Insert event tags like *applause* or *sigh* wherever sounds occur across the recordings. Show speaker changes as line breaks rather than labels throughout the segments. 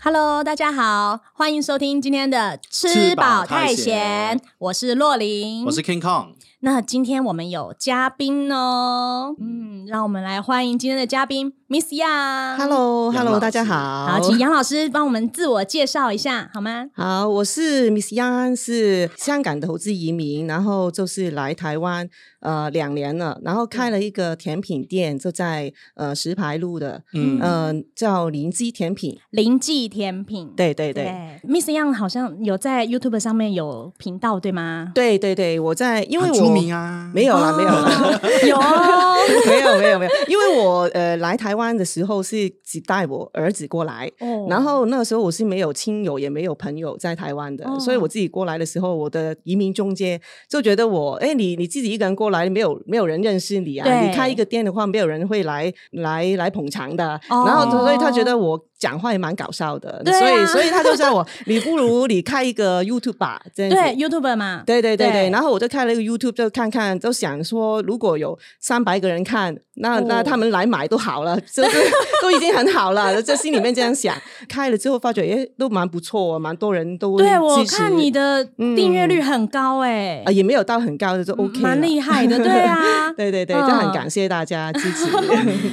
Hello，大家好，欢迎收听今天的吃
吃
饱
饱
太
太
闲
闲，
我是洛琳，
我是 King Kong，
那今天我们有嘉宾哦，嗯，让我们来欢迎今天的嘉宾 Miss Yang。
杨
Hello，Hello，
老
大家
师
好。
好，请杨老师帮我们自我介绍一下好吗？
好我是 Miss Yang，是香港的投资移民，然后就是来台湾呃两年了，然后开了一个甜品店，就在呃石牌路的，
嗯
呃叫林记甜品。
林记甜品，
对对对。
m i s s Yang 好像有在 YouTube 上面有频道对吗？
对对对，我在，因为
很
我
出名啊，
没有啦，没有啦， *laughs*
有哦，
没有没有没有，因为我呃来台湾的时候是只带我儿子过来，
哦
然后那个时候我是没有亲友也没有朋友在台湾的，
哦
所以我自己过来的时候，我的移民中介就觉得我，哎，你你自己一个人过来，没有没有人认识你啊，
对
你开一个店的话，没有人会来来来捧场的，
哦
然后所以他觉得我。讲话也蛮搞笑的，
对啊
所以所以他就叫我，你不如你开一个 YouTube 吧，这样子。
对 YouTube 嘛，
对对对对，
对
然后我就看了一个 YouTube，就看看，就想说，如果有三百个人看，那、
哦
那他们来买都好了，就是 *laughs* 都已经很好了，就心里面这样想。开了之后发觉，诶，都蛮不错，哦蛮多人都
对我
支持
看你的订阅率很高哎、
啊、也没有到很高的，就嗯
嗯
OK，
蛮
了，
厉害的，对啊
*laughs* 对对对，就很感谢大家支持。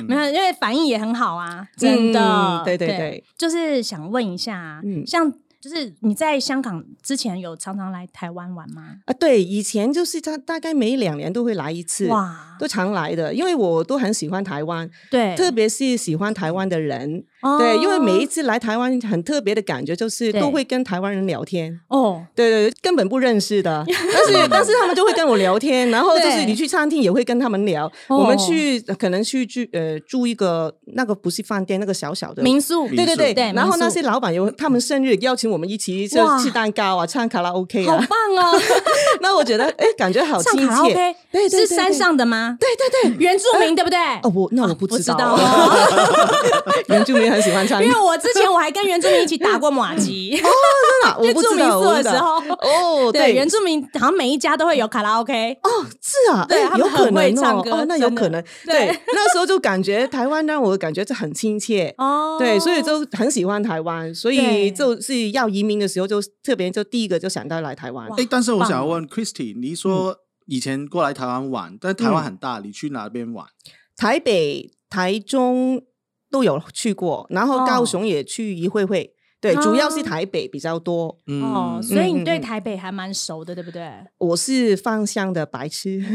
没有，因为反应也很好啊， *laughs* 真的。
嗯对对
对
对，
就是想问一下，
嗯
像就是你在香港之前有常常来台湾玩吗？
啊，对，以前就是他大概每两年都会来一次，
哇，
都常来的，因为我都很喜欢台湾，
对，
特别是喜欢台湾的人。
哦
对，因为每一次来台湾很特别的感觉，就是
对
都会跟台湾人聊天。
哦，
对对，对根本不认
*laughs*
识的，但是但是他们就会跟我聊天，然后就是
对
你去餐厅也会跟他们聊。
哦
我们去可能去住呃住一个那个不是饭店，那个小小的
民宿，
对对对，
对
然
民
后
宿
那些老板有他们生日邀请我们一起就
哇
吃蛋糕啊，唱卡拉 OK
好
啊，
棒哦，
*laughs* 那我觉得哎感觉好
唱
亲
卡拉
切
OK，。
对对对对
是山上的吗？对对对，原住民对不对？
哦，我那我不
不
知
知
道
道
啊， *laughs*
哦，
原住民很喜欢唱
因
歌
为我之前我还跟原住民一起打过马
*laughs*
吉，
啊，
*laughs*
我
去
不
住
知
民
道
宿
我
的
不知
时
道
候，
哦，
对原住民好像每一家都会有卡拉 OK，
是啊，
对
哎
他们
有
很
可能
会
哦
唱歌
哦，那
真
有
的
可能。
对
对，那时候就感觉台湾让我感觉就很亲切。
哦，
对，所以就很喜欢台湾，所
对
以就是要移民的时候就特别就第一个就想到来台湾
哇。
哎，但是我
棒
想要问 Christy，你说以前过来台湾玩，但台湾很大，你去哪边玩？
台北、台中都有去过，然后
哦
高雄也去一会会。对，主要是
哦
台北比较多。
哦，
嗯，
所以你
嗯
对
嗯嗯
台北还蛮熟的，对不对？
我是芳香的白痴， *laughs*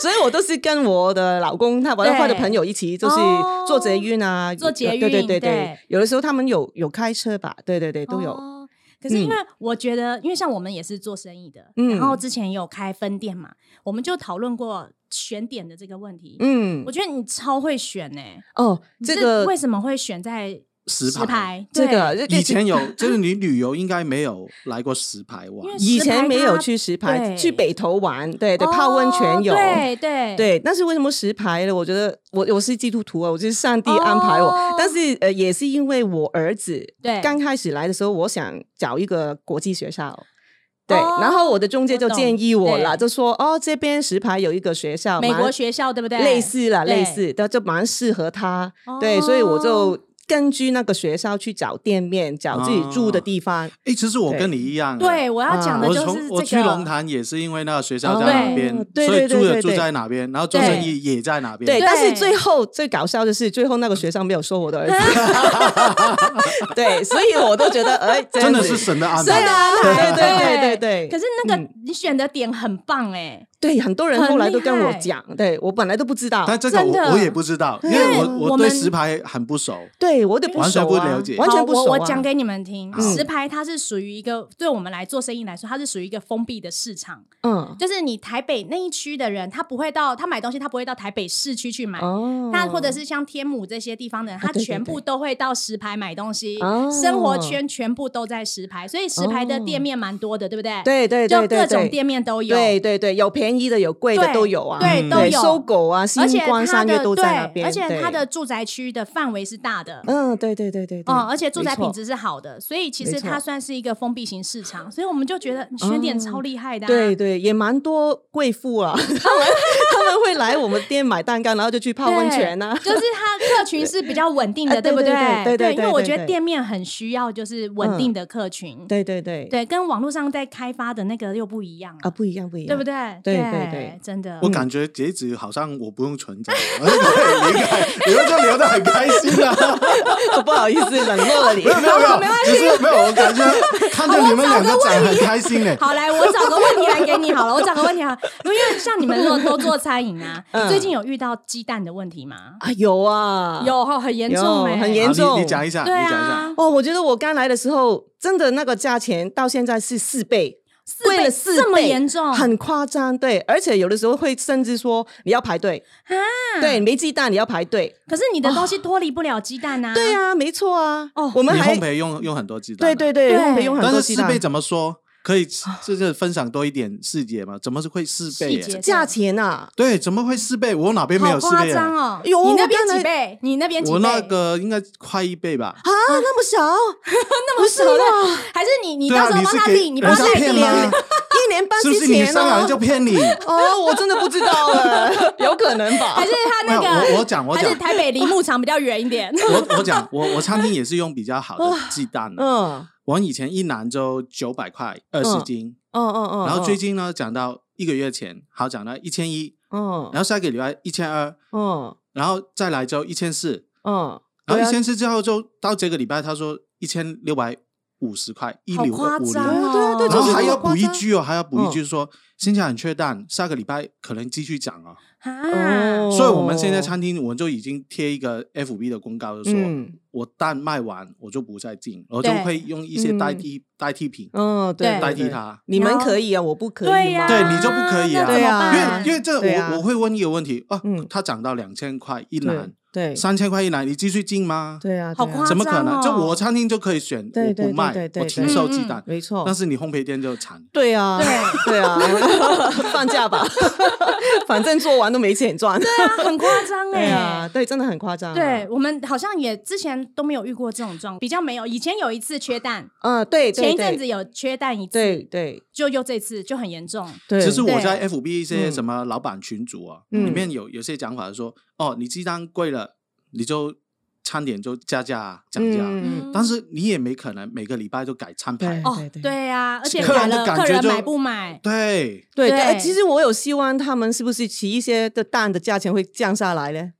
所以我都是跟我的老公、他我的
对
或者朋友一起，就是
哦
坐捷运啊，
坐捷运
对对
对
对对，有的时候他们有有开车吧，对对对，都有。
哦可是因为我觉得，因为像我们也是做生意的，
嗯
然后之前也有开分店嘛，我们就讨论过选点的这个问题。
嗯
我，觉得你超会选呢、
哦，
你
这
是
个
为什么会选在
石
石
牌。
牌？
这
对
个这
以前有，就是你旅游应该没有来过石牌
因
玩
为，
以前没有去
石
石
牌它
牌，
对
去北投玩，对对，泡温泉有。
哦对对，
对，但是为什么石牌呢？我觉得我我是基督徒啊，我就是上帝安排我。
哦
但是呃，也是因为我儿子
对
刚开始来的时候，我想找一个国际学校。对，
哦
然后我的中介就
我懂
建议我了，
对
就说哦，这边石牌有一个学校，
美国
蛮
学校对不对？
类似啦，
对
类似，但就蛮适合他。
哦
对，所以我就根据那个学校去找店面，找自己住的地方。
哎，其实我跟你一样，
对，我要讲的
啊我
就是
从
这个。
我去龙潭也是因为那个学校
哦
在哪边
对，
所以
对对
住的
对
住
对
在哪边，然后做
对
生意也在哪边。
对，
对
但是最后最搞笑的是，最后那个学校没有收我的儿子。
*laughs*
对，所以我都觉得，哎，这样
真
子
的是神的安
对
排。
啊，对对对对对
*laughs* 可
嗯对，
是那个你选的点很棒哎、
对很多人后来都跟
很
我
厉害
讲，对我本来都不知道，
但这个
真的
我我也不知道，因为
因为
我
我
我对
们
石牌很不熟。
对我都不
完全
熟
不
啊
了解
完全不
好
熟啊。嗯
我我讲给你们听，
好
石牌它是属于一个对我们来做生意来说，它是属于一个封闭的市场，
嗯
就是你台北那一区的人，他不会到他买东西，他不会到台北市区去买。
哦
那或者是像天母这些地方的人，他
啊对对
全部都会到石牌买东西，
哦
生活圈全部都在石牌，所以石牌的店面蛮多的，对不对？，
哦对对
就
对
各
对
种
对。
店面都有。
对对对，有便宜的，有贵
对
的都有啊，
对
都
有
搜狗啊，星
而且
光
它
三
的
月都在那
对，
边，
而且它
对
的住宅区的范围是大的，
嗯，对对对对对，
哦，而且住宅
没错
品质是好的，所以其实
没错嗯
它算是一个封闭型市场，所以我们就觉得选点超厉害的、啊 *laughs*
对对，也蛮多贵妇啊，他们他们们会来我们店买蛋糕，然后就去泡温泉呐、啊。
就是它客群是比较稳定的，
*laughs* 啊
对不
对对对对对
因为我觉得
对嗯
店面很需要就是稳定的客群，
对对对，
对，跟网络上在开发的那个又不一样
啊，不一样不一样，
对不对？
对
对
对对嗯
真的，
我感觉截止好像我不用存在， *laughs* 我可以离开，你们就聊得很开心啊。
对？ *laughs* 不好意思，冷落了你
没。有没有没有，只是没有，我感觉看着你们两个长很开心欸呢。
好，来，我找个问题来给你好了，我找个问题好了，因为像你们如果都做餐饮啊，
嗯
最近有遇到鸡蛋的问题吗？
*laughs* 啊，有啊，
有，很严重
有
哎，
很
好
严
你
重
你讲一下，你
对
讲一下
啊，
哦，我觉得我刚来的时候，真的那个价钱到现在是四倍，
四
贵
倍
了四倍，
这么严重，
很夸张，对，而且有的时候会甚至说你要排队
啊
对，没鸡蛋你要排队，
可是你的东西脱离不了鸡蛋啊，
对啊，没错啊，
哦
我们
你
还
烘焙用用很多鸡蛋，啊
对对对，
对
烘焙用很
但
多
是
鸡
四
蛋
倍，怎么说？可以就是分享多一点细节嘛？怎么是会四倍
细节
耶？
价钱啊，
对，怎么会四倍？我哪边没
好
有四
夸
倍啊？
张哦！
有
你那
我
边
刚才
几倍？你那边几倍？
我那个应该快一倍吧。
啊，那么少，
*laughs* 那么少的，还是你你
对
到
啊，
时候
你
帮
是
他
给
定，你帮他
人家
定
骗
量
吗？
*laughs* 一年
*laughs*
半
是不
之
是你
前
上来
哦
就，骗你？
*laughs* 哦，我真的不知道
*laughs*
了，有可能吧
还是？他
没
那
有，
个
我我讲我
还
讲
是台北离牧场比较远一点？
我我讲我我餐厅也是用比较好的鸡蛋的。
啊嗯
我以前一篮就九百块二十斤，
嗯嗯嗯，
然后最近呢讲到一个月前，好讲到一千一，
嗯，
然后下个礼拜一千二，
嗯
然后再来就一千四，
嗯，
然后
对啊
一千四之后就到这个礼拜他说一千六百五十块一
好
流
夸
五
张
流。
哦！
对啊对
然
就
后
是
还
这么
要
夸
补一
张嗯
句哦，还要补一句说，现在很缺蛋，下个礼拜可能继续涨哦。
哦
啊，
所以我们现在餐厅，我们就已经贴一个 FB 的公告，就说
嗯
我蛋卖完我就不再进，我就
对
会用一些代替代替品
嗯，对，
对
代替它。
你
然
们
后
可以啊，我不可以
对呀，
吗
对你就不可以啊
那怎
对
么
啊
因为
办？
因为这
对啊
我我会问一个问题啊
嗯，
它涨到两千块一篮，
对
三千块一篮，你继续进吗？
对啊，
好
对啊
夸张
怎么可能？
哦
就我餐厅就可以选，
对
我
对
不
对
卖
对，对
我停
对
售
嗯
鸡蛋，
没错，
但是你烘焙店就惨。
对啊，
对
对啊， *laughs* 放假吧， *laughs* 反正做完都没钱赚。
对啊，很夸张
对
哎
啊，。对，真的很夸张啊。
对我们好像也之前都没有遇过这种状况，比较没有。以前有一次缺蛋，
嗯，对，对
前一阵，子
对
有缺蛋一次，
对对
就又这次就很严重。
对，
其实我
对
在 FB 一些
嗯
什么老板群组啊，
嗯
里面有有些讲法说，哦，你鸡蛋贵了，你就餐点就加价啊涨价啊，
嗯
但是你也没可能每个礼拜都改餐牌
对，
哦，对啊，而且改
客人
了，
的感
客
觉
人
就
买不买？
对，
对
对对，哎其实我有希望他们是不是其一些的蛋的价钱会降下来呢？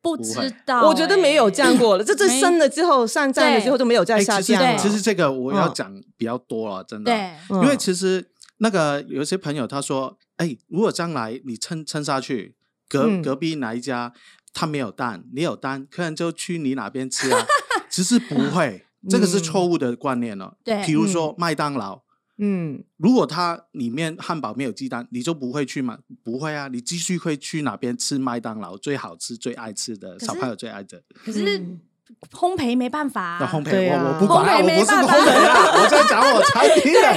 不
不
知
会
道欸，
我觉得没有降过了，这这
没
升了之后上站了之后就没有再
哎
下
其实
降了。
其实这个我要
嗯
讲比较多了，真的，
对，
嗯，
因为其实那个有些朋友他说，哎，如果将来你撑撑下去，隔
嗯
隔壁哪一家他没有蛋，你有蛋，客人就去你哪边吃啊，其实不会。这个是
嗯
错误的观念了。
对
比如说麦当劳，
嗯，
如果它里面汉堡没有鸡蛋，你就不会去买，不会啊，你继续会去哪边吃麦当劳最好吃、最爱吃的，
是
小朋友最爱的。
可是
嗯
烘焙没办法啊，
那烘
对
焙，
啊
我我不管啊，
烘
我
焙没
不是
办
烘
法
焙啊，我在讲我餐厅的。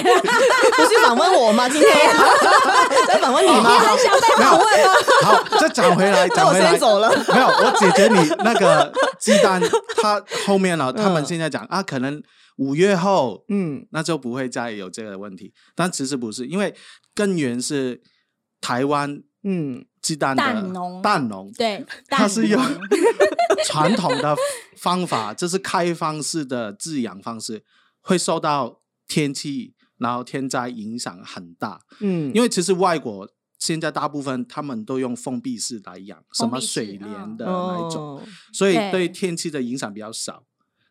不是访问我吗？
*laughs*
今天在访问你
你
吗？
很想被
没有
访问吗？
好，再讲回哎来，
那
讲
我
回来
先。走了。
没有，我解决你那个鸡蛋， *laughs* 它后面了，他
嗯
们现在讲啊，可能五月后，
嗯，
那就不会再有这个问题。但其实不是，因为根源是台湾
嗯，
鸡蛋的
蛋农
蛋农
对，
它是用
蛋
*laughs* 传统的方法，这是开放式的饲养方式，会受到天气然后天灾影响很大。
嗯，
因为其实外国现在大部分他们都用封闭式嗯来养，什么水帘的那一种，
哦
所以
对
对天气的影响比较少。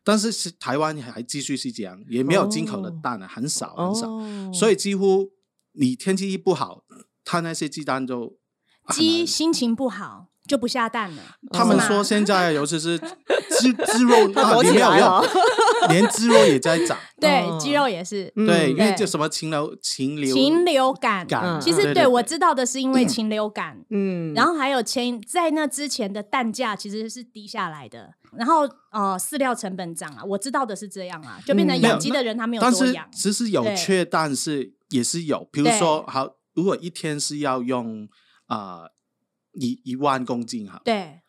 但是是台湾还继续是这样，也没有进口的蛋啊，很少很少，
哦
所以几乎你天气一不好，它那些鸡蛋就很
鸡
难
心情不好就不下蛋了。
他们
哦是吗
说现在尤其
*laughs*
是鸡鸡肉
它
那
躲
里
起
没有
来
用
哦
了，
连鸡肉也在
*laughs*
涨。
对，
嗯
鸡肉也是
嗯
对，因为
对
就什么禽流禽流
禽流感。
感，
嗯
其实对
对
我知道的是因为禽流感，
嗯，
然
后
后还有前在那之前的蛋价其实是低下来的，然后呃饲料成本涨啊，我知道的是这样啊，就变成
嗯
养鸡的人他没有
但
多
是
养，
其实有
对
缺蛋是也是有，比如
对
说好，如果一天是要用啊、呃一一万公斤哈，
对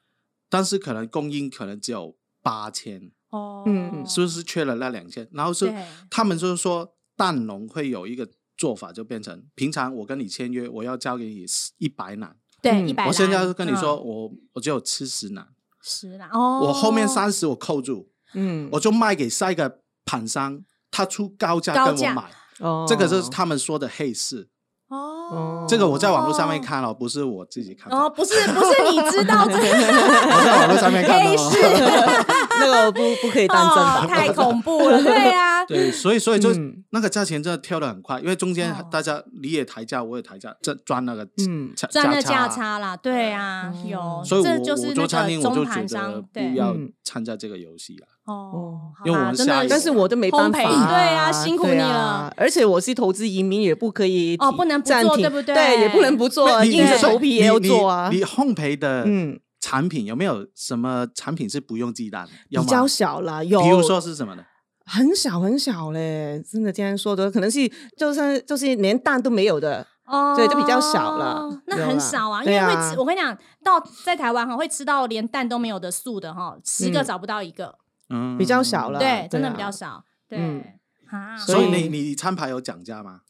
但是可能供应可能只有八千，
哦，
嗯
是不是缺了那两千？然后是
对
他们就是说蛋农会有一个做法，就变成平常我跟你签约，我要交给你一百篮，
对，
嗯
一百、
我现在就跟你
嗯
说，我我只有吃十篮，
十啦，哦，
我后面三十我扣住，
嗯，
我就卖给下一个盘商，他出高价
高
跟我
价
买，
哦
这个就是他们说的黑市。
哦，
这个我在网络上面看了，不是我自己看的，
哦，不是不是，你知
*laughs*
道这个
我在网络上面看
黑
的 *laughs*
市
哦。
那个不不可以当真
哦，
吧？
太恐怖了，对啊，
对，所以所以就
嗯
那个价钱真的跳得很快，因为中间
哦
大家你也抬价，我也抬价，赚赚那个
嗯
价
赚了价
价。
差啦，对
哦
啊，有，
所以
这
我
就是
我
那
做餐
个
厅，我
中
就觉
盘
得
商
不
对
要
嗯
参加这个游戏了。啊
哦，
因为
好
我
啦
们
真的
下一
是，
个
但是我都没办法
烘
啊，
焙对啊辛苦你了
对啊而且我是投资移民，也不可以
哦不能不做
暂停
对不对
也不能不做啊，
那你
硬着
所以
头皮
你
也要
你
做啊
你。烘焙的
嗯
产品有没有什么产品是不用鸡蛋的？有
比
呃吗
较小啦，有，
比如说是什么呢？
很小很小嘞，真的这样说的，可能是就是就是连蛋都没有的，
哦，
对就比较少了
那
有
很
啦
少啊，因
对
为会
啊
吃，我跟你讲，到在台湾哈会吃到连蛋都没有的素的哈，十个
嗯
找不到一个，
嗯，
比较小啦
对，真
对
的
啊
比较少，
嗯
对啊，
所以
所
你
以
你餐牌有讲价吗？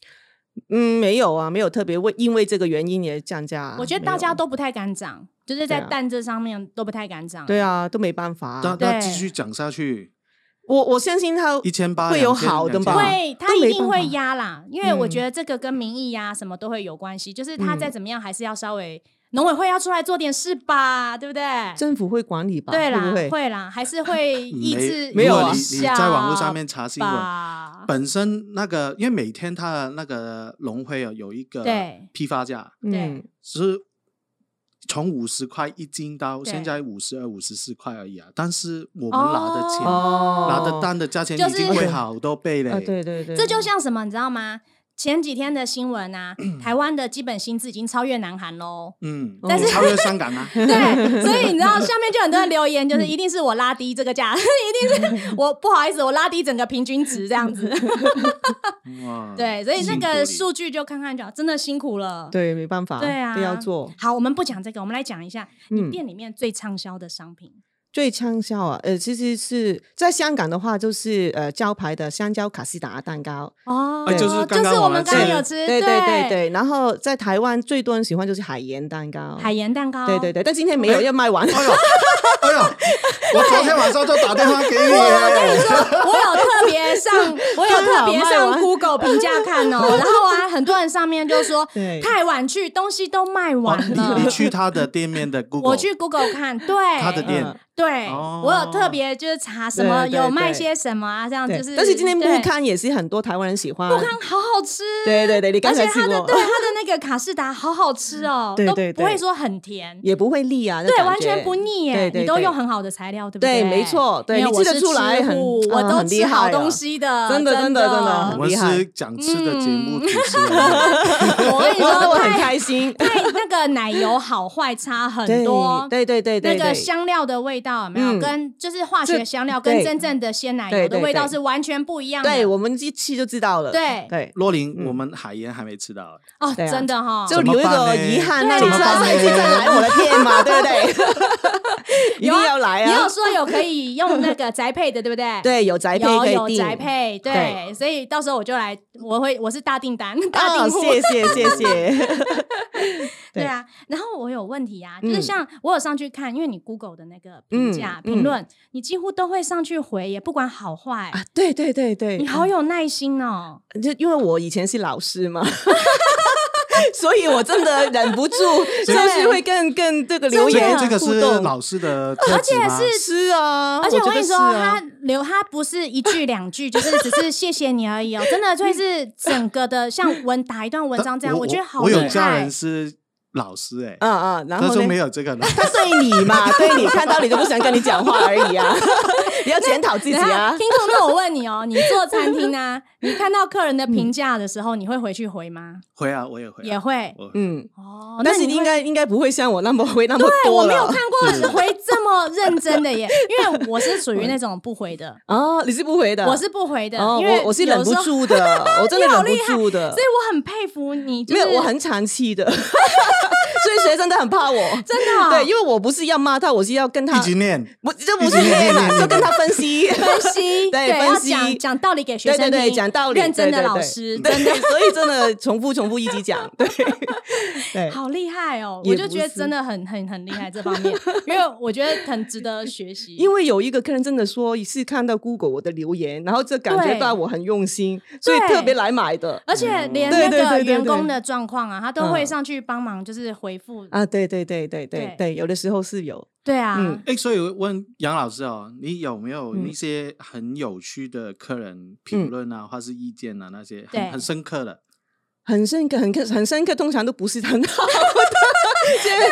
嗯，没有啊，没有特别为因为这个原因也降价啊。
我觉得
没
大
有
家都不太敢涨，就是在
对啊
蛋这上面都不太敢涨，
对啊，都没办法啊、
那那
对
继续讲下去，
我我相信他
一千八
会有好的吧
会，他
啊都
一
没
定
办
会
法
压啦，因为我
嗯
觉得这个跟民意呀、什么都会有关系，就是他再
嗯
怎么样还是要稍微农委会要出来做点事吧，对不对？
政府会管理吧？
对啦，
会不会？
啦，还是会
*laughs* 嗯
抑制
没有啊
你你在网络上面查新闻，
吧？
本身那个因为每天它的那个龙辉哦有一个
对
批发价
对
嗯，
是。从五十块一斤到
对
现在五十二、五十四块而已啊！但是我们拿的钱、
哦
拿的蛋的价钱
就
已
是
经会好多倍嘞。
啊，对对对，
这就像什么，你知道吗？前几天的新闻
*clears throat*
啊，台湾的基本薪资已经超越南韩喽。
嗯，
但是
超越香港
*laughs*
啊！
对，所以你知道下面就很多人留言，就是一定是我拉低这个价， *laughs* 一定是我不好意思，我拉低整个平均值这样
*laughs*
子。
哇
对，所以那
辛苦
个
你
数据就看看就好，真的辛苦了。
对，没办法，
对啊，
都要做。。
好，我们不讲这个，我们来讲一下你
嗯，
店里面最畅销的商品。
最畅销啊，呃，其实是在香港的话，就是呃，招牌的香蕉卡士达蛋糕，
哦
哎就是刚刚
我
我
们
们
刚刚
吃
有吃，
对
对
对，对。然后在台湾最多人喜欢就是海盐蛋糕，
海哦盐蛋糕，
对对对，但今天没有要卖完，
哦
哎呦，哎呦，我昨天晚上就打电话给
*laughs*
你
我
耶，
说我有特别上，
*laughs* 啊
我有特别上 Google 评价看哦，然后啊，很多人上面就说
对哦
太晚去，东西都卖完了
你。你去他的店面的
嗯
Google，
我去 Google 看，对，
*laughs*
他的店
嗯
对，
哦
我有特别就是查什么
对对
有卖
对
些什么啊，这样
对
就是。
但是今天木
对
康也是很多台湾人喜欢，
木糠好好吃，
对对对，你
而
刚
且
才
它
吃
的
过
对，它的那个卡士达好好吃哦，
*laughs* 对对
都不会
对
说很甜，
也不会腻啊，那
对，
感
完
觉
全不腻耶
对，对
你都
对
用很好的材料，对不
对
对，
没错对
因为
你
我
吃得
是
出来
吃
很
货我
嗯
都
很
吃
厉
好
害
东
了
西的，
真的
真
真的真
我
的 *laughs* 很
们
厉害
是讲吃的节目主持
嗯
人，
我跟你
我
说，
*laughs* 我很
太
开心。 *laughs*
太那个奶油好坏差很
对
多。
对对对对，
那个
对
香料的味道有没有？
嗯
跟就是化学
这
香料跟
对
真正的鲜奶
对
油的
对
味道
对
是完全不一样的。
对我们一吃就知道了。
对
对，
洛
嗯
林，我们海盐还没吃到，欸
哦，
对啊
真的哈，
就留一个遗憾，
怎么办呢
那你知道上一次再来，我的天
*laughs*
嘛，对不对？一定要来
你有
啊！
说有可以用那个宅配的，对不对？
*laughs* 对，有宅配
有
可以啊
有
订。
宅配，对，所以到时候我就来，我会我是大订单， *laughs* 大
哦，
订户，
谢谢谢
*laughs*
谢。
对
对
啊，然后我有问题啊，就
嗯
是像我有上去看，因为你 Google 的那个评价、
嗯
评论，你几乎都会上去回耶，不管好坏，
啊，对对对对，啊
你好有耐心哦。
就因为我以前是老师嘛。 *laughs* 所以，我真的忍
*laughs*
不住，就是会更更这个留
这
言
个这个
互
是
动
老师的特质吗？
而且
是啊，
而且我
觉
跟
得
你
是
说，
啊
他留他不是一句两句，就是 *laughs* 只是谢谢你而已哦，
*laughs*
真的就是整个的像文打一段文章这样，
我
觉得好
呃我
厉
有家人
害。
是老师哎，
嗯嗯，然
他
后
说
呢
没？有这个呢，
他对你嘛，对你看到你就不想跟你讲话而已啊， *laughs* 你要检讨自己
等一下
啊
听。众， *laughs* 那我问你哦，你做餐厅啊，你看到客人
嗯
的评价的时候，你会回去回吗？
会啊，我也会啊，
也会
我会
嗯，
哦，那
但是
你
你
会
应该应该不会像我那么会那么
对我
多
没有
了
看。过回这么认真的耶，因为我是属于那种不回
*laughs*
的，
哦，你是不回的，
我是不回的，
哦，
因为
我我是忍不
有时候， *laughs*
住的，我真的
你好
忍不住的
所以，我很佩服你，就
没
是
有，我很长气的， *laughs* 所以学生都很怕我，
真的哦
*laughs* 对，因为我不是要骂他，我是要跟他
一，直念，
不，这不是
一直念
念啊
念念
就跟他分析。
分析，
*laughs* 对
要
分析
讲讲道理给学
对
生
对
听，
对，讲道理，
认真的
对对
老
对
师，
对
真的
*laughs* 所以真的重复重复一
*laughs*
直讲，对对，
好厉害哦！
*laughs* 也
我就
不
觉得
是
真的很很很厉害这方面，因为我觉得很值得学习。
因为有一个客人真的说是看到 Google 我的留言，然后就感觉
对
到我很用心，所以特别来买的
而且连
嗯对
那
对
个
对对
员工
对
的状况啊，他都会
嗯
上去帮忙，就是回复。
啊！对对对对对
对
对，有的时候是有，
对啊
嗯，
哎，所以我问杨老师哦，你有没有
嗯
一些很有趣的客人评论啊，或是意见啊那些
对
很很深刻的？
很深刻、很刻、很深刻，通常都不是很好的， *laughs* 现在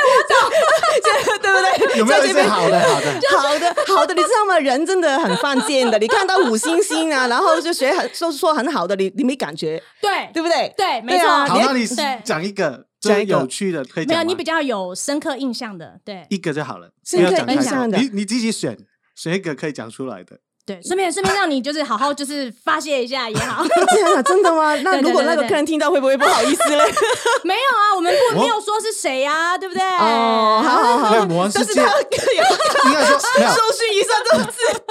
我懂，现在对不对？
有没有一
在
些
这边
好的好的？
好的，好的，你知道吗？人真的很犯贱的。你看到五星星啊，然后就学很说说很好的，你你没感觉，
对
对不对？
对，没
对啊
错
好，
你，
那你
对
讲一个
讲
最
一个
有趣的，可以
没
讲
有你
吗
比较有深刻印象的，对
一个就好了，不
深
要
刻
讲太
印
多。
象
的
你你自己选，选一个可以讲出来的。
对，顺便顺便让你就是好好就是发泄一下也
*laughs*
好。
天啊，真的 *laughs* 吗？那
对对
如果
对
那个
对
客人听到，会不会不好意思嘞？
没有啊，我们不
我
没有说是谁啊，对不对？
哦， *laughs* 好好
没有
好，
我们
*laughs* 但
是
是
借
他有
应
*laughs*
该说没有，
搜寻一下这个字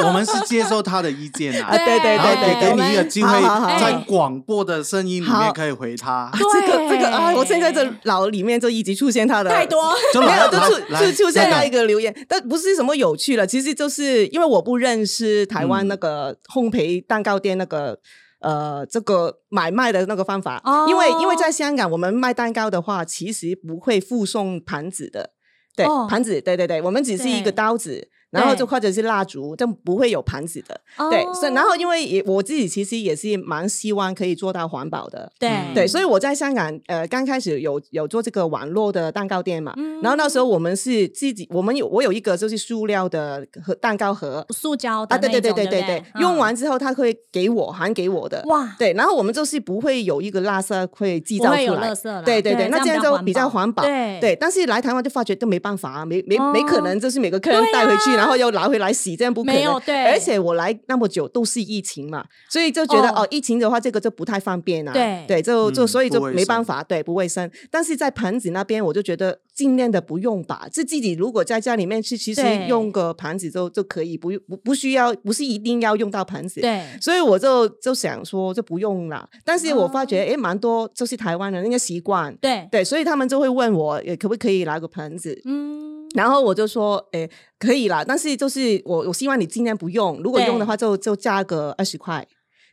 我我们是接受他的意见啊
啊，， *laughs* 对对
然后给
对
给
对
你一
对，
个机会
好好好，
在
哎
广播的声音里面
好
可以回
*laughs*
他，
这个这个啊，
对
我现在这脑里面就一直出现他
*laughs*
的
太多，
就
没
来
啊有，就
来
出
来
出出
来
现那一个留言，但不是什么有趣了。其实就是因为我不认识台湾那个烘焙蛋糕店那个。呃，这个买卖的那个方法，
哦
因为因为在香港，我们卖蛋糕的话，其实不会附送盘子的，对，
哦
盘子，对对对，我们只是一
对
个刀子，然后就
对哦
或者是蜡烛，但不会有盘子的， *laughs* 对。所以然后因为也我自己其实也是蛮希望可以做到环保的，
对
对，所以我在香港，呃，刚开始有有做这个网络的蛋糕店嘛，
嗯
然后那时候我们是自己，我们有我有一个就是塑料的盒蛋糕盒
塑胶的
啊，对
那
对
一
对
种
对
对
对
不
对，
嗯
用完之后他会给我，还给我的，
哇，
对，然后我们就是不会有一个垃圾会制
不
造
会
出
有垃
来。
圾了，
对对对，那这样就比较环保。
对
对，但是来台湾就发觉都没办法啊，没没没可
哦
能，就是每个客人
对
带回去，
啊
然后又拿回来洗，这样不可能。
没有对，
而且我来那么久都是疫情嘛，所以就觉得
哦
哦疫情的话这个就不太方便啊。
对
对，就就
嗯
所以就
不卫
没办
生
法，对，不卫生。但是在盘子那边，我就觉得尽量的不用吧，就自己如果在家里面去，其实
对
用个盘子就就可以，不用不不需要，不是一定要用到盘子。。
对
所以我就就想说，就不用啦。但是我发
哦
觉，诶，蛮多就是台湾人应该习惯，
对，
对，所以他们就会问我，诶可不可以拿个盆子？
嗯，
然后我就说，诶，可以啦，但是就是我我希望你尽量不用，如果
对
用的话就就加个二十块，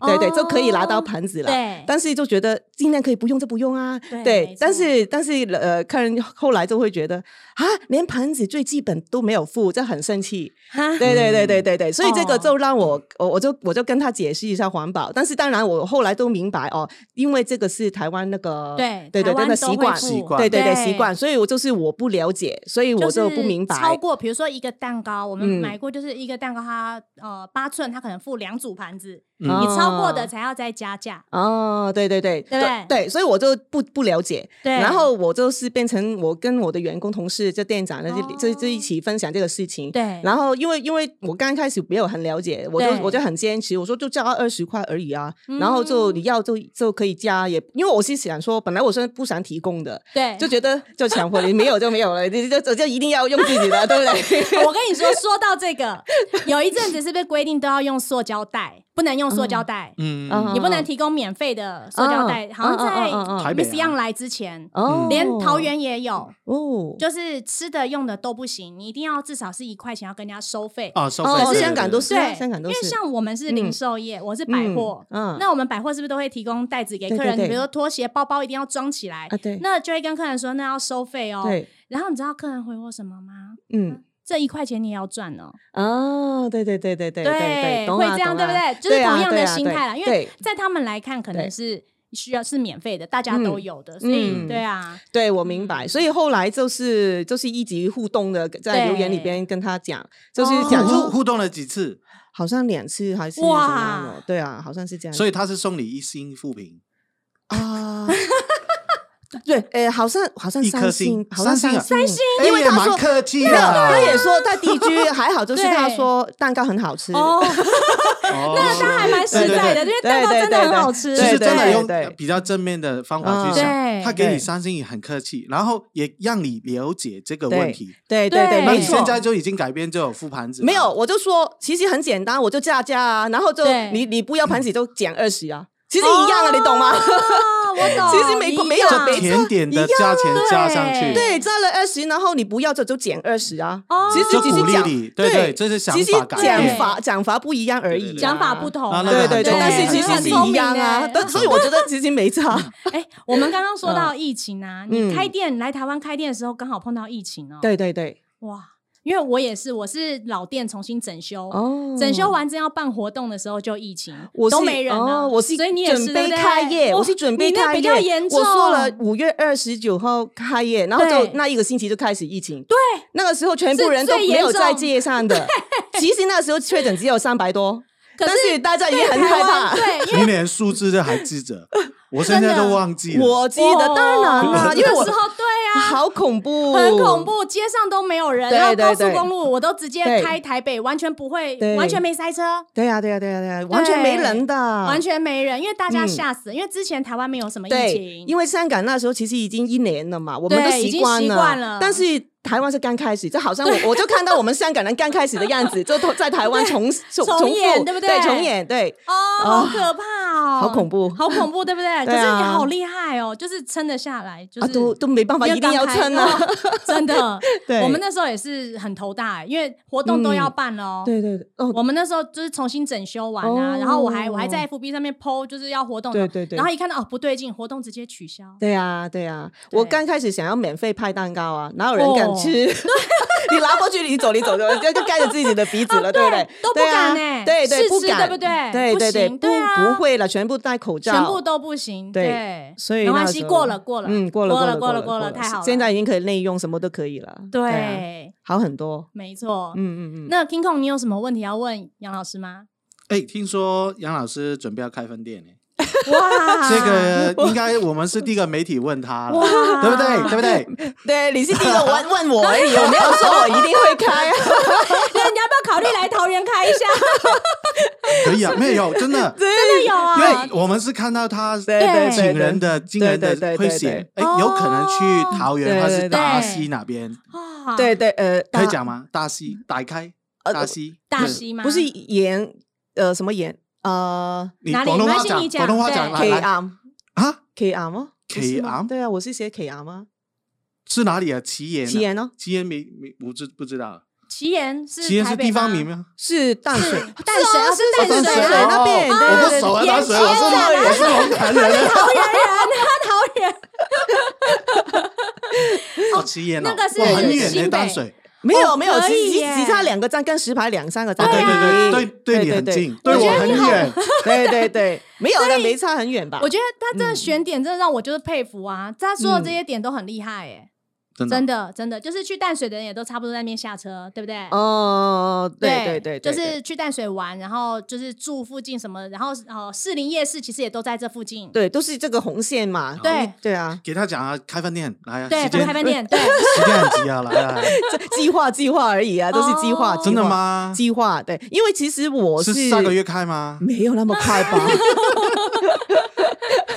对对，就可以拿到
哦
盘子了。
对，
但是就觉得尽量可以不用就不用啊，
对没
对。但
错
是但是呃，客人后来就会觉得啊，连盘子最基本都没有付，这很生气。
*laughs* *laughs* 哈
对对对对对对，所以这
哦
个就让我我我就我就跟他解释一下环保，但是当然我后来都明白哦，因为这个是台湾那个
对
对
台
对
湾
真的
都
习
会
惯
付
习惯
对对对习惯，所以我就是我不了解，所以我
就
就是不明白。
超过，比如说一个蛋糕，我们
嗯
买过就是一个蛋糕，它呃八寸，它可能附两组盘子，
嗯
你
啊
超过的才要再加价。
哦，对对对
对不对
对，所以我就不不了解，
对，
然后我就是变成我跟我的员工同事，就店长，那就
哦
就就一起分享这个事情。
对，
然后因为因为我刚开始没有很了解，我就
哎对
我就很坚持，我说就交二十块而已啊，然后就
嗯
你要就就可以加，也因为我是想说，本来我是不想提供的，
对，
就觉得就强迫你没有就没有了，你就就就一定要用自己的，对不对？ *laughs*
*laughs* 我跟你说，说到这个，有一阵子是不是规定都要用塑胶袋，不能用塑胶袋，
嗯，
嗯
你不能提供免费的塑胶袋。
嗯
好像
嗯嗯嗯嗯嗯
在
台北
Miss
啊
Yang 来之前，
哦
嗯连桃园也有，
哦，
就是吃的用的都不行，你一定要至少是一块钱要跟人家收费。
啊，收费
哦，
对
香港
对
都
对
是啊，香港
因
都
为
是，
像我们是零售业，我是百货。
嗯，
那我们百货是不是都会提供袋子给客人？
对对对
比如说拖鞋、包包一定要装起来，
啊对
那就会跟客人说那要收费哦。
对，
然后你知道客人回我什么吗？
嗯，
这一块钱你也要赚哦。
哦，对对对对对对，懂
会
啊
这样，
懂
对不
啊
对？就是
对啊
同样
对
的
啊
心
对
态啦，因为
对
在他们来看，可能
对
是需要是免费的，大家都有的，所
嗯
以对啊，
对，我明白。所以后来就是就是一直互动的，在留言里边跟他讲，就是
哦
讲
互
出、
互互动了几次，
好像两次还是怎么
哇
样哦嗯的，对啊，好像是这样。
所
以
以他是送你一星负评。
啊。对，诶，好像好像
一颗
三星
星，
好像
三星啊
三星，
哎
因为
也
他
蛮
说
客气
没有他也
的，
说在地区还好，就是
对
他说蛋糕很好吃。
哦，
那
他还蛮实在的，因为蛋糕真的很好吃，
其实
对对
真的
对
用
对哦
比较正面的方法去
嗯
想，他给你
对
三星也很客气，然后也让你了解这个问题。
对对
对
对，
那
没
你
错
现。在就已经改变这种副盘子了
没有，我就说其实很简单，我就加价啊，然后就
对
你你不要盘子就减二十啊，其实一样啊，你懂吗？
*laughs* 哦，我懂，
其实没
一
没有
样
没错啊
甜点的价钱加上
对
去，
对，加了二十，然后你不要就就减二十啊。
哦
其
就
实只
鼓
是
励
讲
你，对对，这是想
其实
法改
讲
变。
法讲法不一样而已啊，
讲法不同啊，
啊那
对
个
对对，
很
但是
聪
其
明
实是
很聪
一样啊。
很聪明欸 *laughs*
但所以我觉得其实啊没差。
哎，我们刚刚说到疫情啊，
嗯
你开店来台湾开店的时候，刚好碰到疫情哦。，
对对对，
哇，因为我也是，我是老店重新整修，
哦
整修完正要办活动的时候就疫情，
我是
都没人了。
哦，我是
所以你也是
准
对
备
不对
开业，
哇
我是准备
你那
开业，
比较严重。
我说了，五月二十九号开业，然后
对
就那一个星期就开始疫情。对，那个时候全部人都
是最
没
严重
有在街
*laughs*
上的。其实那时候确诊只有三百多，
可
但是大家已经很
台
害
湾
怕。 *laughs*
对，因为
你连数字都还记着，我现在都忘记了。
我记得，当然
哇
了，因为
那
我
哦时候对啊，
好恐怖，
很恐。怖，街上都没有人，
对
然后
对
高速
对
公路我都直接
对
开台北，完全不会，
对啊
完全没塞车，
对呀，对呀，对呀，对呀，完全没人的，
完全没人，因为大家
嗯
吓死了，因为之前台湾没有什么疫
对
情，，
因为香港那时候其实已经一年了嘛，我们都
对已经
惯
习
了。
惯了
但是台湾是刚开始，就好像我我 *laughs* 就看到我们香港人刚开始的样子，就 *laughs* 都在台湾重
重
重重
演
复，
对不对
对？重演，对
哦，好可怕哦，
啊好恐怖
好恐怖，对不对？可
*laughs* 对
是
啊
你好厉害哦，就是撑得下来，就
啊，
是
都都没 *laughs* 办法，一定要撑啊！
哦，真的。
对嗯
我们那时候也是很头大，欸因为活动都要办了哦。
*laughs* 对对对哦，
我们那时候就是重新整修完啊，
哦
然后我还我还在 FB 上面 PO，就是要活动的，
对对对
然后一看到哦不对劲，活动直接取消，
对呀对呀，
对哦
我刚开始想要免费派蛋糕啊，哪有人敢吃？ *laughs* 你拿过去，你走，你走，走，就就盖着自己的鼻子了，对不对？
哦都不
对啊
敢欸
对
试吃
对，不敢，
对不对
对对
不行
对，不
对啊
不会了，全部戴口罩，
全部都不行。
对
对，
所以
没
那
关系，
时候
过了过了，
嗯，过了，
过
了，
过
了，
过了，太好了。
现在已经可以内用，什么都可以了。啊
对，
好很多。
没错。
嗯嗯嗯，
那 King Kong，你有什么问题要问杨老师
*laughs*
吗？
哎，听说杨老师准备要开分店呢，
啊
哇，
这个应该我们是第一个媒体问他了，
哇
对不对？对不对？哎
对，你是第一个问
*laughs*
问我而已，我没有说我一定会开啊。
*laughs* 那你要不要考虑来桃园开一下？
可以啊，没有真的，
真的有
因
啊
为，我们是看到他
对对对，
请人的惊人的
对对对
会
对
写，哎，
对
有可能去桃园
哦
还是
对对
大
对
溪那边？
啊
对对呃，
可以
大
讲吗？大溪打开，
呃
大溪，
大
嗯
溪吗？
不是盐呃什么盐呃
你
哪里
广东
没
话
关系你
讲，
讲
广东话
对
讲
K
来来
M
啊，
K M 吗
K M
对啊，我是写 K M 啊，
是哪里啊？奇岩啊，
奇岩哦，
奇岩没没我知不知道？
奇岩是
奇岩
台
是
北
地方
吗 *laughs*
名吗？
是淡水，
*gasps* 淡水啊是淡
淡
水
水
啊
哦
那边对
我
对
不熟啊，
对
淡水，
岩
我是
啊
我是龙潭人
*laughs*
啊。
桃园人啊，桃园。
*laughs*
哦，奇岩啊
那个是
哇很远
新
的
北
淡水，
没有没有，
哦可
只
以
只
耶
只差两个站，跟石牌两三个
哦
站而
对
已，
对对对，对你很近，对
我觉
我
得
很
你好
远。
*laughs* 对对对，没有的没差很远吧
我？觉得他这个选点真的让我就是佩服
嗯
啊，他说的这些点都很厉害哎，
真
真的真的，就是去淡水的人也都差不多在那边下车，对不对？
哦，对对对，
就
对
是去淡水玩，然后就是住附近什么，然后呃，士林夜市其实也都在这附近。
对，都是这个红线
哦
嘛。
对
对啊， *laughs*
给他讲啊，开饭店来啊，
对，
时
不是
间
开饭店，对，
时间很急啊，来
*laughs*
啊，来啊
这计划计划而已啊，都是计划。
哦
真的
计划？
吗？
计划对，因为其实我
是下个月开吗？
没有那么快吧？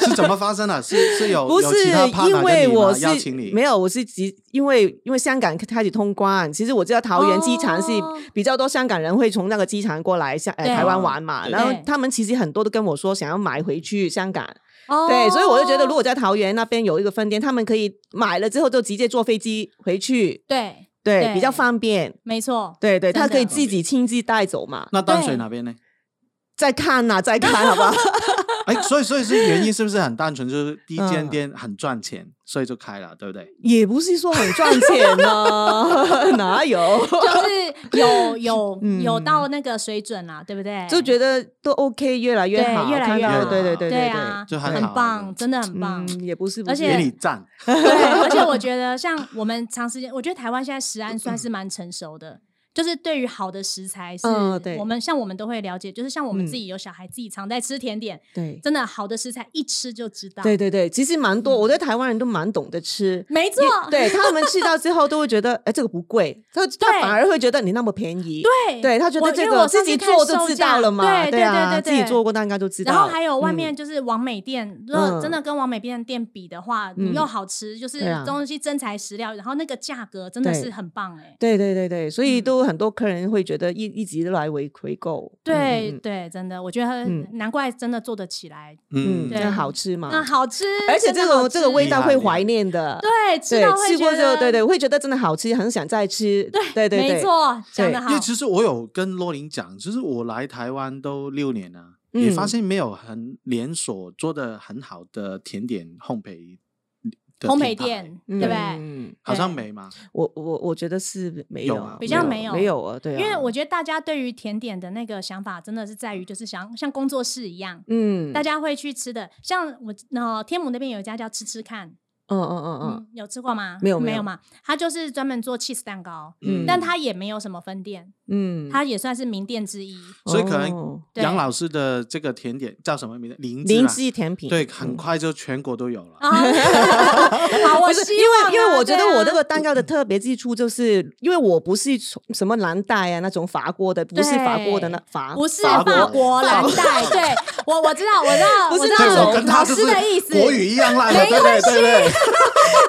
是怎么发
*laughs*
生的？啊是是有
不
哦有
是
其他 partner
因为
跟你吗啊
我是
邀请你
没有，我是急，因为因为香港开始通关，其实我知道桃园机场是
哦
比较多香港人会从那个机场过来香呃
对
台湾玩嘛，
对
然后
对
他们其实很多都跟我说想要买回去香港，
哦
对，所以我就觉得如果在桃园那边有一个分店，他们可以买了之后就直接坐飞机回去，
对，
对，
对
比较方便。
没错，
对对，
真
他可以
的
自己亲自带走嘛。
那淡水
对
哪边呢？
再看呐、再看好不好？ *laughs*
哎，所以所以是原因是不是很单纯？就是第一间
嗯
店很赚钱，所以就开了，对不对？
也不是说很赚钱呢、 *laughs* 哪有？
就是有有
*laughs* 嗯
有到那个水准啦，对不对？
就觉得都 OK，越来越
对
好，
越来
看
越
到
好，
对对对对
啊，
就很
很
好
棒，真的很棒。
嗯，也不是，不
而
是
且
给你赞，
*laughs*
对，而且我觉得像我们长时间，我觉得台湾现在食安算是蛮成熟的。就是对于好的食材是，
嗯对
我们像我们都会了解，就是像我们
嗯
自己有小孩，自己常在吃甜点，
对
真的好的食材一吃就知道。嗯
对，对对，其实蛮多，我觉得台湾人都蛮懂得吃。
没错，
对他们吃到之后都会觉得，哎，这个不贵，他他
对
反而会觉得你那么便宜，
对
对他觉
我因
得
为
这个
我
自
上
己
次看
做就
售
知
价
道了嘛，
对
啊，
对对
自
对，
己做过蛋糕就知道。
然后还有外
嗯
面就是往美店，如果真的跟往美店店比的话，你
嗯
又好吃，就是
对啊
东西真材实料，然后那个价格真的
对
是很棒哎、
对对对对，所以
嗯
都很多客人会觉得一一直都来回回购，
对、
嗯，
对，真的，我觉得
嗯
难怪真的做得起来，
嗯嗯，
对
那好吃嘛，
那、好吃，
而且
真的
这
好
个
吃
这个味道
厉
会
害厉害
怀念的，
对，吃到会
吃过
觉
之后，
得
对对，会觉得真的好吃，很想再吃，对对对，
没错，讲
对
的好
因为，其实我有跟罗琳讲，就是我来台湾都六年了，
嗯
也发现没有很连锁做的很好的甜点烘焙的
烘焙
品牌
店，对
嗯
不对？
嗯
好像
对
没嘛。
我我我觉得是没
有
有
啊
啊，
比较
没有
没有啊，对啊，
因为我觉得大家对于甜点的那个想法，真的是在于就是想像工作室一样，
嗯，
大
家
家会去吃的。像我呃天母那边有一家叫吃吃看，
嗯嗯嗯嗯
嗯，有吃过吗？
没有没
没
有
有嘛。他就是专门做 cheese 蛋糕，
嗯
但他也没有什么分店，
嗯，
他也算是名店之一。
所以可能
哦
对
杨老师的这个甜点叫什么名字？灵芝
灵
啦，
芝甜品
对，
嗯
很快就全国都有了。
*laughs* 啊，好，我
不是
希
因
望啊、
为因为我觉
对
得我
啊
那个蛋
嗯
糕的特别之处，就是因为我不是从什么蓝带啊那种法国的，不是法国的那法，
啊不是
法
法
国
国
法
蓝
国
带，对我我知道我知道，
不是
我知
对，
道
我跟他
老
就
师
是
的意思，
国语一样烂的，对对对对。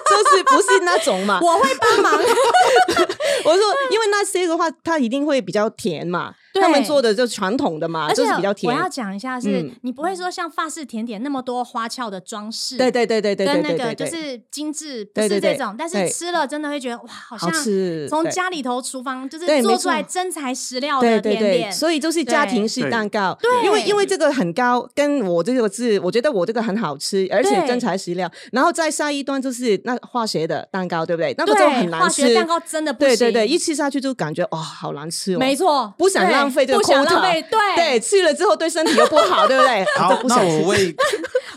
就是不是那种嘛。
我会帮
*laughs*
忙。
我说，因为那些的话，它一定会比较甜嘛，
对
他们做的就传统的嘛，
而且
啊就是比较
我
甜。
要讲一下是，
嗯
你不会说像法式甜点那么多花俏的装饰，
对对对对对对
跟
对
那个
对
就
对，
是精致，不
对
是
对
这
对
种，但
对
是吃了真的会觉得哇，好
好
像
吃
从
对
家里头厨房就是
对没
做出来
错
真材实料的
对
甜
对
点
对，，所以就是家庭式
对
蛋糕，
对
因为因为这个很高，跟我这个是，我觉得我这个很好吃，而且
对
真材实料。然后再下一段就是那化学的蛋糕，对不对？那个就很
对化
难吃
学，蛋糕真的不
对
行，
对对，一吃下去就感觉哇、好难吃哦，
没错，
不想
对
浪费这个
不想
quota
浪费，
对，
对，
吃了之后对身体又不好，对不对？
*laughs*
*laughs*
好
都，不
那
想吃
我为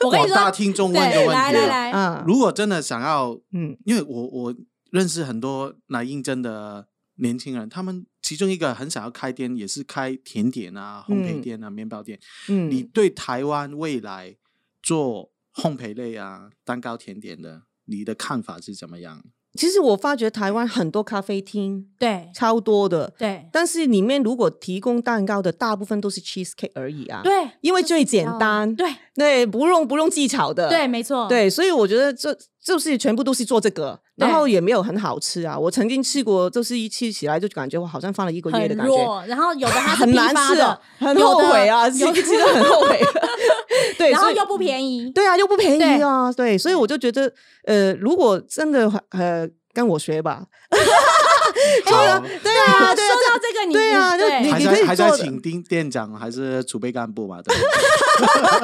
我跟你
广
说
大听众问一个
对，
问题
来
啊
来来，
啊，
如果真的想要，
嗯
因为我我认识很多来应征的年轻人，他们其中一个很想要开店，也是开甜点啊、烘焙
嗯
店啊、面包店。
嗯，
你对台湾未来做烘焙类啊、蛋糕、甜点的，你的看法是怎么样？
其实我发觉台湾很多咖啡厅
对
超多的，
对
但是里面如果提供蛋糕的，大部分都是 cheesecake 而已啊。。
对嗯
因为最简单，
对
对，不用不用技巧的，
对，没错，
对，所以我觉得这就是全部都是做这个，然
对
后也没有很好吃啊。我曾经吃过，就是一吃起来就感觉我好像放了一个月
很
的感觉，
弱，然后有的它是
很
批
难
发
吃
的
啊，，很
有
后
的
悔啊，吃
有
一吃都很后
*laughs*
悔。对，
然后
所以
又不便宜，
对啊，又不便宜
对
啊，对，所以我就觉得，呃，如果真的呃跟我学吧，
*laughs*
哎
好，
对啊，
说
对啊，这
到这个你
对啊就
对
你
还
可以
在还在
做的
请店店长还是储备干部嘛？对不
*laughs*
对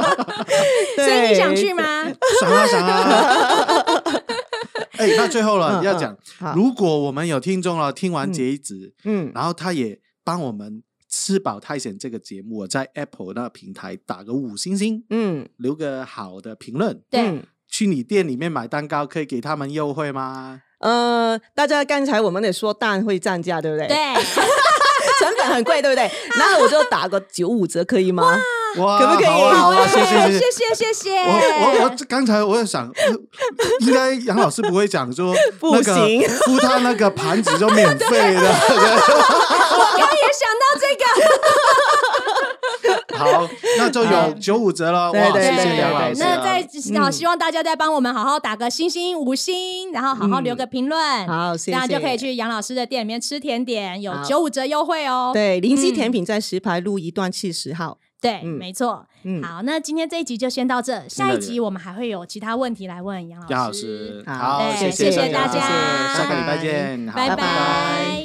所以你想
对嗯
去吗？
爽啊爽啊！
*laughs*
哎，那最后了
嗯
要
嗯
讲，
好
如果我们有听众了，听完
嗯
这一集，
嗯，
然后他也帮我们吃饱太闲这个节目，我在 Apple 那个平台打个五星星，
嗯，
留个好的评论。
对
嗯，
去你店里面买蛋糕，可以给他们优惠吗？
呃，大家刚才我们也说蛋会涨价，对不对？，
对，啊
*laughs* 成本很贵，对不
*laughs*
对？那我就打个九五折，可以吗？
哇，
可不可以
好啊，好啊，谢谢谢
谢。谢谢谢，
我我我
*laughs*
刚才我也想，应该杨老师不会讲说
不
那个
行
敷他那个盘子就免费的。
我刚也想到这个，
*laughs*
*laughs*
好，那就有九五折了。
对
哇，
对
谢
对
谢
对
杨老师啊。
那再
嗯
好，希望大家再帮我们好好打个星星、五星，然后好好留个评论，
嗯好，
这
谢谢。
样就可以。去杨老师的店里面吃甜点，有
好
九五折优惠哦。
对，灵芝
嗯
甜品在石牌路一段七十号。
对，
嗯
没错。
嗯，
好，那今天这一集就先到这，下一
到这
集我们还会有其他问题来问杨
杨
老
老
师
师。，
好
好，
对
谢
谢谢
杨老师
大家
下个礼拜见，好
拜
拜拜
拜。